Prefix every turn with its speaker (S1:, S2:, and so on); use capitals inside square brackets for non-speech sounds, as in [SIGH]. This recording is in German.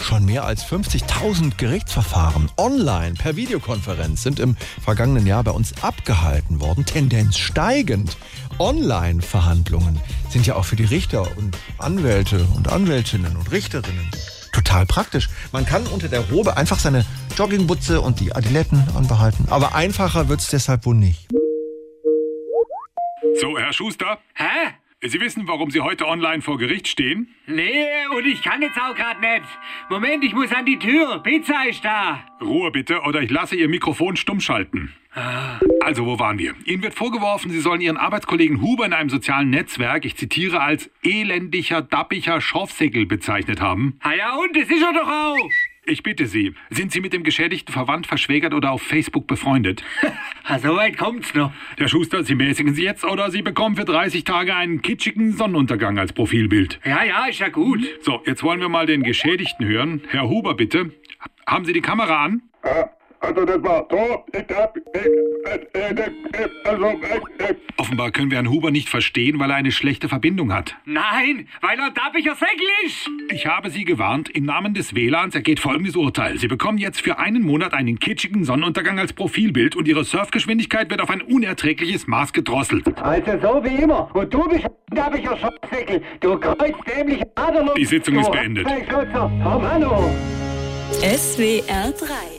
S1: Schon mehr als 50.000 Gerichtsverfahren online per Videokonferenz sind im vergangenen Jahr bei uns abgehalten worden, Tendenz steigend. Online-Verhandlungen sind ja auch für die Richter und Anwälte und Anwältinnen und Richterinnen total praktisch. Man kann unter der Robe einfach seine Joggingbutze und die Adiletten anbehalten, aber einfacher wird's deshalb wohl nicht.
S2: So, Herr Schuster,
S3: Hä?
S2: Sie wissen, warum Sie heute online vor Gericht stehen?
S3: Nee, und ich kann jetzt auch grad nicht. Moment, ich muss an die Tür. Pizza ist da.
S2: Ruhe bitte, oder ich lasse Ihr Mikrofon stumm schalten. Also, wo waren wir? Ihnen wird vorgeworfen, Sie sollen Ihren Arbeitskollegen Huber in einem sozialen Netzwerk, ich zitiere, als elendiger, dappiger Schorfsäckel bezeichnet haben.
S3: Ah ja, und es ist er doch auch.
S2: Ich bitte Sie, sind Sie mit dem geschädigten Verwandt verschwägert oder auf Facebook
S3: [LAUGHS]
S2: befreundet?
S3: Ah, so weit kommt's noch.
S2: Herr Schuster, Sie mäßigen Sie jetzt oder Sie bekommen für 30 Tage einen kitschigen Sonnenuntergang als Profilbild.
S3: Ja, ja, ist ja gut.
S2: So, jetzt wollen wir mal den Geschädigten hören. Herr Huber, bitte. Haben Sie die Kamera an?
S4: Ja, Also das war so, ich hab, ich, äh, äh, äh, also, ich, ich,
S2: Offenbar können wir Herrn Huber nicht verstehen, weil er eine schlechte Verbindung hat.
S3: Nein, weil er dappiger Säckel ist.
S2: Ich habe Sie gewarnt, im Namen des WLANs ergeht folgendes Urteil. Sie bekommen jetzt für einen Monat einen kitschigen Sonnenuntergang als Profilbild und Ihre Surfgeschwindigkeit wird auf ein unerträgliches Maß gedrosselt.
S3: Also so wie immer. Und du bist ein dappiger Schorfsäckel. Du kreuzdämlicher Aderloch.
S2: Die Sitzung ist beendet.
S3: Komm, hallo.
S5: SWR 3